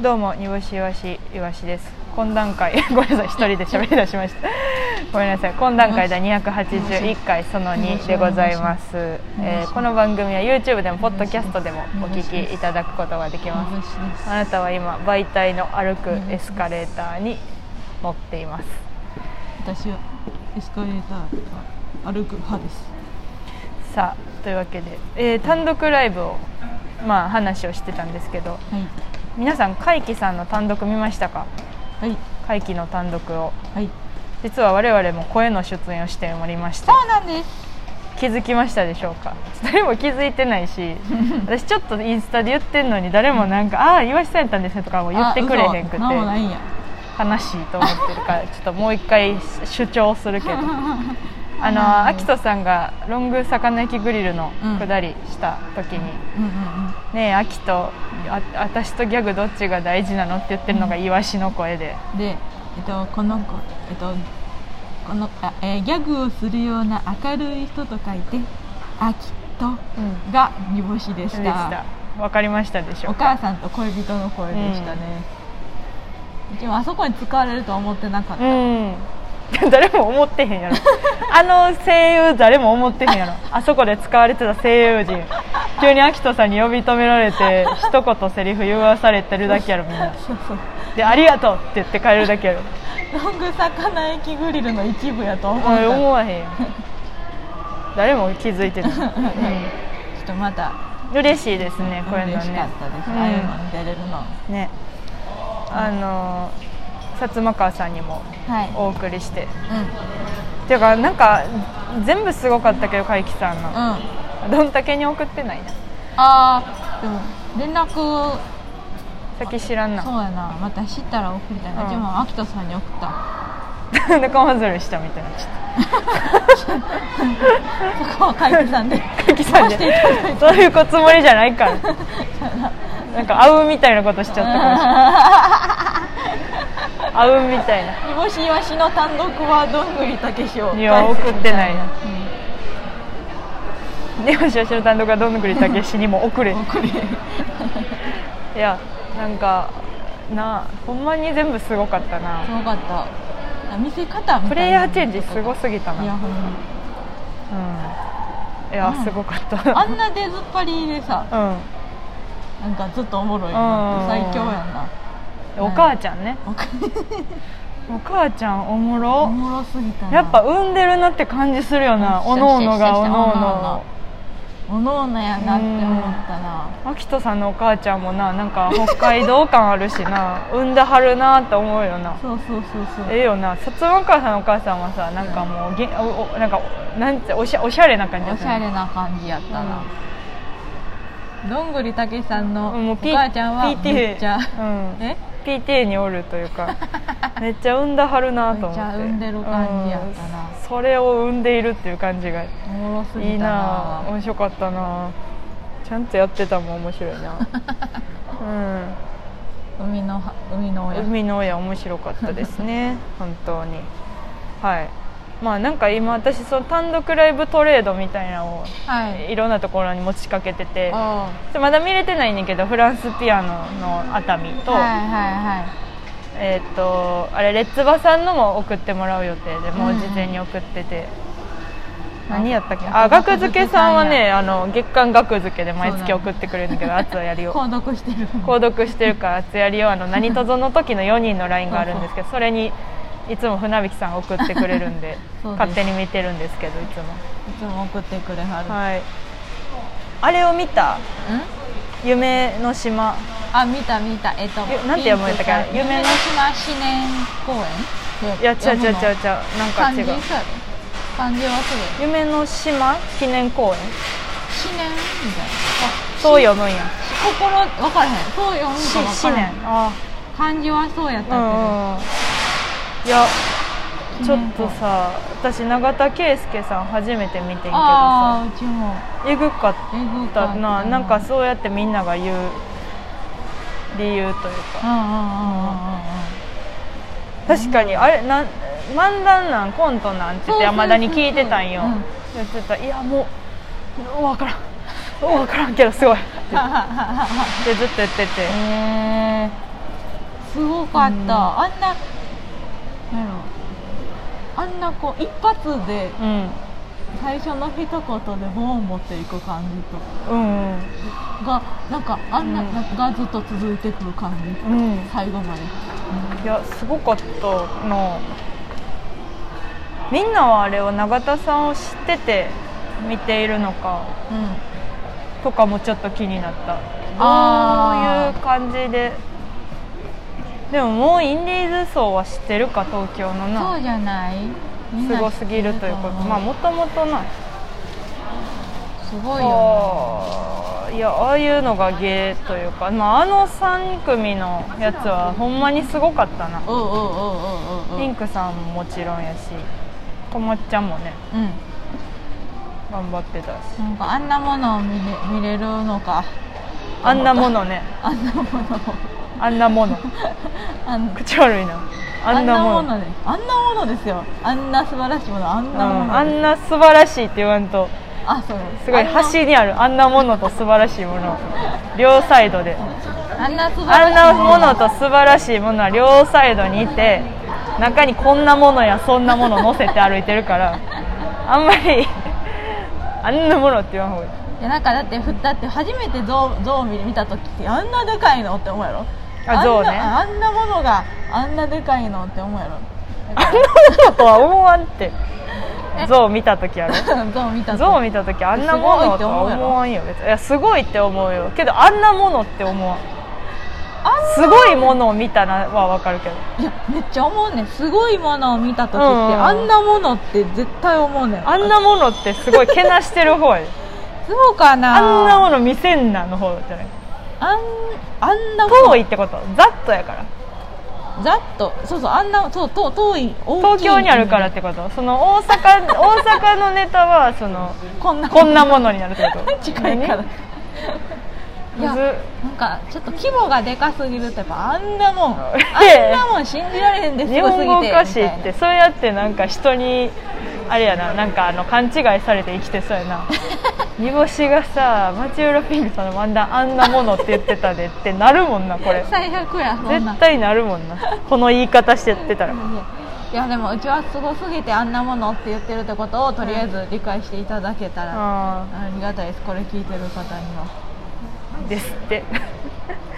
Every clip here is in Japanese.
どうも煮干しいわしいわしです懇談会 ごめんなさい一人で喋り出しましたごめんなさい懇談会第281回その2でございます、えーこの番組は YouTube でもポッドキャストでもお聞きいただくことができますしですあなたは今媒体の歩くエスカレーターに乗っています私はエスカレーターとか歩く派ですさあというわけで、えー単独ライブをまあ話をしてたんですけどはい皆さん海輝さんの単独見ましたかはい海輝の単独をはい実は我々も声の出演をしておりましてそうなんです気づきましたでしょうか誰も気づいてないし私ちょっとインスタで言ってんのに誰もなんか「ああ岩下さんやったんですね」とかも言ってくれへんくてあ嘘なんもないんや悲しいと思ってるからちょっともう一回主張するけどあのアキトさんがロング魚焼きグリルの下りした時に「うんうんうんねえアキトあ私とギャグどっちが大事なの?」って言ってるのがイワシの声でで、えっと、この子、えっと、この、あえーギャグをするような明るい人と書いて、あきっとうんが煮干しででし。したたわかりましたでしょおうか母さんと恋人の声でしたね。でもあそこに使われるとは思ってなかった。うん 誰も思ってへんやろあの声優誰も思ってへんやろあそこで使われてた声優陣急にアキトさんに呼び止められて一言セリフ言わされてるだけやろみんなそうそう。で「ありがとう」って言って帰るだけやろロング魚焼きグリルの一部やと思っおいた。ちょ思わへんやん誰も気づいてない、っとまたうん、嬉しいですねこういうの嬉しかねったです。うんああいうの見られるの。はねあのー薩摩川さんにもい。お送りしてうっていうかなんか全部すごかったけど海輝さんのん。うん。どんだけに送ってないなああ、でも連絡を先知らんなそうやなまた知ったら送りたいな、うんでも秋田さんに送った 仲間ずれしたみ たいなちょっそこは海部さんでと海輝さん回していただでそういうこつもりじゃないからなんか会うみたいなことしちゃったかもしれない会 うみたいな煮干しイワシの単独はどんぐりたけしをいや送ってないななでもしの単独はどんぐりたけしにも送れ送りいやなんかなあほんまに全部すごかったすなごかった見せ方みたいなプレイヤーチェンジすごすぎたないやうんほんまいやうんすごかっあたんな出ずっぱりでさうんなんかずっとおもろいのってうん最強やんなお母ちゃんねおかお母ちゃんおもおろもろすぎたなやっぱ産んでるなって感じするよなうんおのおのがしおたしたしたのおおのおののおのおのやなって思ったなあきとさんのお母ちゃんもななんか北海道感あるし な産んだはるなって思うよなそうそうそうそうええよな薩摩川さんのお母さんはさなんかもうげおおなんかおなんておしゃおしゃれな感じだおっしたゃよれな感じやったな、どんぐりたけしさんのうんもおう P- 母ちゃんは PTA めっちゃ、うんえ PTA におるという かめっちゃ産んだはるなと思ってめっちゃ産んでる感じやうったなんそれを産んでいるっていう感じがおもろすぎいいたなな面白かったなちゃんとやってたもん面白いな うん海のは海の親海の親面白かったです ね本当にはいまあなんか今私その単独ライブトレードみたいなのをはいいろんなところに持ちかけててあまだ見れてないねんけどフランスピアノの熱海あと、はいはいはいえーっとあれレッツバさんのも送ってもらう予定でもう事前に送ってて、何やったっけあ額付けさんはねあの月間額付けで毎そう月だ送ってくれるんだ けどあとはやるよ購読してる購読してるから厚やりをあの何卒の時の4人の LINE があるんです けどそれにいつも船引さんが送ってくれるん でそうです勝手に見てるんですけどいつもいつも送ってくれはる、はいあれを見たうん夢の島あ見た見たえっとゆなんて読むんやったっけあれピンク夢夢のの島自然公園いや違う違う違う違うな読むのんか漢違字うそうやで漢字はすぐ夢の島記念公園自然みたいなそう読むんや心分からへんそう読むしか分思からへ念んあ漢字はそうやったうけど、んうんいや記ちょ念っ館とさ私永田圭介さん初めて見てんけどあさあうちもえぐかった英語だかななんかそうやってみんなが言う理由というかうんうんうん確かにあれなん漫談なんコントなんって言ってそうそうそうそう山田に聞いてたんようん言ってたいやもう分からん 分からんけどすごいってうんうんずっと言っててえすごかっうんた、あんななんやろあんなこう一発でうん最初の一言でボーン持っていく感じとうんがなんかあんな、うんがずっと続いてくる感じ、うん最後までいやすごかったのみんなはあれを永田さんを知ってて見ているのかうとんかもちょっと気になったあーどういう感じででももうインディーズ層は知ってるか東京のそうなじゃないみんすなごすぎるということ思まあもともとなすごいよあーいやああいうのが芸というか、まあ、あの3組のやつはほんまにすごかったなねおうおうおうおうおうピンクさんももちろんやしこまっちゃんもねうん頑張ってたしなんかあんなものを見れ見れるのかあんなものねあんなものをあんなも のあん口悪いなあんなものあんなものですあんなものですよあんな素晴らしいものあんうんなものあです、んな素晴らしいって言わんとあそうすごいあんな端にあるあんなものと素晴らしいも の両サイドであんな素晴らあしんいなものと素晴らしいものは両サイドにいて中にこんなものやそんなもの乗せて歩いてるからあんまり あんなものって言わん方がいいいやなんかだってふだって初めてゾウゾウ見見た時ってあんなでかいのって思うやろあゾウねあんなあんなものがあんなでかいのって思う やろあんなものとは思わんって象見た時やろゾウ見た時象見た時あんなものとは思わんよ別にいやすごいって思うよけどあんなものって思わんあすごいものを見たなは分かるけどんいやめっちゃ思うねんすごいものを見た時って、うんうんうんあんなものって絶対思うねんあんなものってすごいけなしてる方やでそうかなあんなもの見せんなの方じゃないあんあんなもの遠いってことざっとやからざっとそうそうあんなそうと遠い大東きい京にあるからってことその大阪大阪のネタはそのこんなこんなものになるってこと 近いからい何むずやなんかちょっと規模がでかすぎるとやっぱあんなもんあえんなもん信じられへんです日ごすぎ本て語おかしいっみたていそうやってなんか人にあれやななんかあの勘違いされて生きてそうや な煮干しがさマチューロピンクさんの漫談あんなものって言ってたでってなるもんなこれな最悪やそんな絶対なるもんなこの言い方してってたらいやでもうちはすごすぎてあんなものって言ってるってことをとりあえず理解していただけたら、あありがたいですこれ聞いてる方にはーです って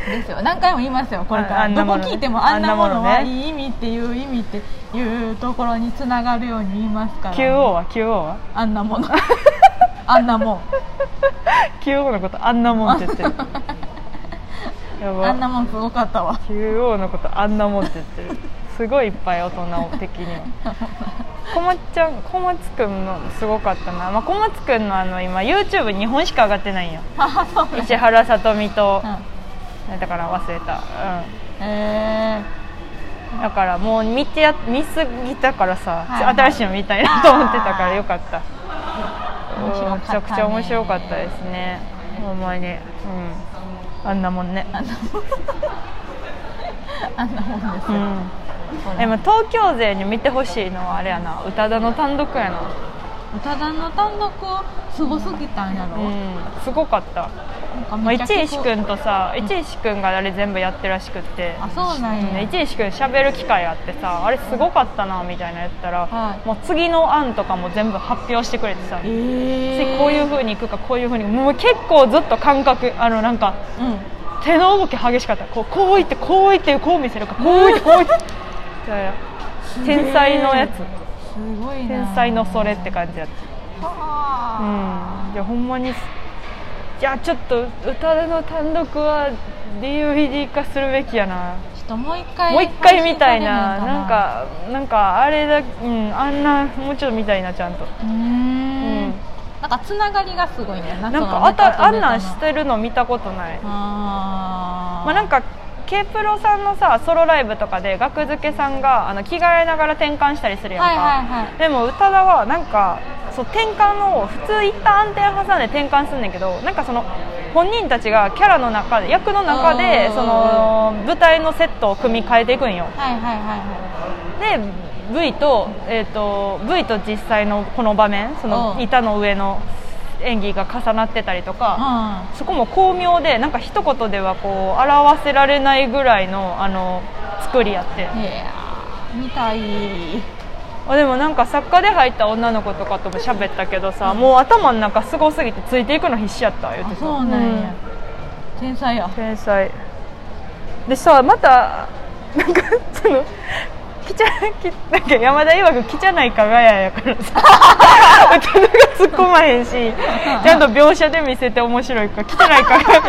ですよ何回も言いますよこれかああら、んなどもこのね聞いてもあんなものはあんなものねいい意味っていう意味っていうところにつながるように言いますから QO は QO はあん なものあんなもん QO のことあんなもんって 言ってるやばあんなもんすごかったわ QO のことあんなもんって言ってるすごいいっぱい大人的には小松ちゃん小松くんのすごかったな、まあ、小松くんのあの今 YouTube2 本しか上がってないんよあそうね石原さとみとう、んなんだから忘れた、うえん、だからもう見てや見すぎたからさ、はいはい新しいの見たいなと思ってたからよかった面白うんかったねめちゃくちゃ面白かったですねほんまに、うん、あんなもんねー、 あんなもんですうよ、んこれでも東京勢に見てほしいのはあれやな宇多田の単独やな宇多田の単独すごすぎたんやろ、うんすごかった、なんかまあ、めちゃ一くちゃ石君とさ一石君があれ全部やってるらしくってあそうなんや、一石君しゃべる機会あってさあれすごかったなみたいなやったら、はいもう次の案とかも全部発表してくれてさ、え次こういうふうにいくかこういうふうにもう結構ずっと感覚あのなんかう手の動き激しかったこうこういってこういってこう見せるかこういってこういって みたいなん天才のやつすごいな天才のそれって感じやったはうんいやほんまにじゃあちょっと歌田の単独は DVD 化するべきやなあちょっともう一回もう一回みたいな配信なんかなんかあれだうんあんなもうちょっと見たいなちゃんとされへんのかなうーんうんなんかつながりがすごいねななんかあたあんなんしいてるの見たことないあーまあなんか K プロさんのさソロライブとかで額付けさんがあの着替えながら転換したりするやんか、はいはいはいでも宇多田はなんかそう転換を普通一旦暗転挟んで転換すんねんけどなんかその本人たちがキャラの中で役の中でうんその舞台のセットを組み替えていくんよはいはいはで V と,、えー、と V と実際のこの場面そのうん板の上の演技が重なってたりといか、はそこも巧妙でなんか一言ではこう表せられないぐらいのあのくりやっていやー見たいあでもなんか作家で入った女の子とかとも喋ったけどさ、もう頭の中すごすぎてついていくの必死やった言ってあたそうなんや、天才や天才でさまたなんかそのきちゃきなんか山田曰く「きちゃないかがや」やからさ大人が突っ込まへんしちゃんと描写で見せて面白いから「きちゃないかがや」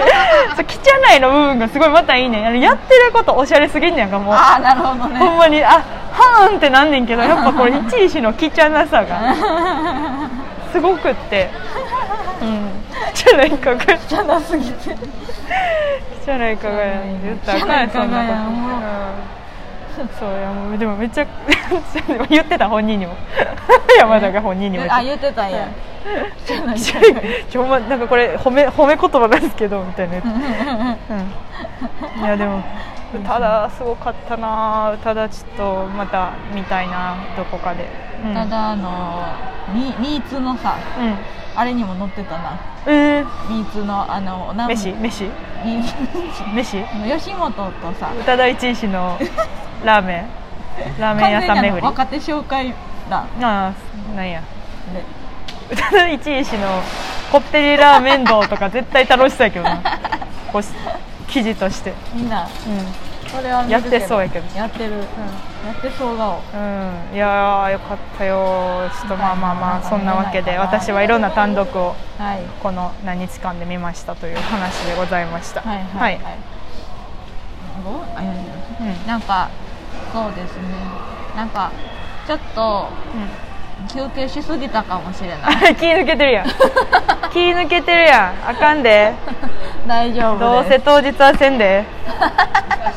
そう「きちゃない」の部分がすごいまたいいねんあのやってることおしゃれすぎんねやんかもうああなるほどほんねまにあはーんってなんねんけどやっぱこれ一石のきちゃなさがすごくってうん「きちゃないかがや」じゃなすぎてじゃないかがやん言ったらあかんそんなことうんそうやもうでもめっちゃ 言ってた本人にも山田が本人にも あ言ってたんやじゃないじゃないちょまなんかこれ褒め褒め言葉なんですけどみたいなやつ、うん、いやでもただすごかったなただちょっとまた見たいなどこかで、うん、 ただあのミミーツのさうんあれにも載ってたなえミーツのあのなー、ん飯飯ミーツ飯あの吉本とさ宇多田一石のラーメンラーメン完全屋にさんあ巡のりあ若手紹介欄あなんやで宇多田一石のこってりラーメン道とか絶対楽しそうやけど なこうし記事としてみんなうこれは見るけどやってそうやけどやってる、やってそう顔ん、うん、いやーよかったよちょっとまあまあまあそんなわけではい私はいろんな単独をはいこの何日間で見ましたという話でございましたはいはいはい、どうあいやいやうん うんなんかそうですねなんかちょっと休憩しすぎたかもしれなあい気抜けてる やん気抜けてるやんあかんで大丈夫どうですせ当日はせんで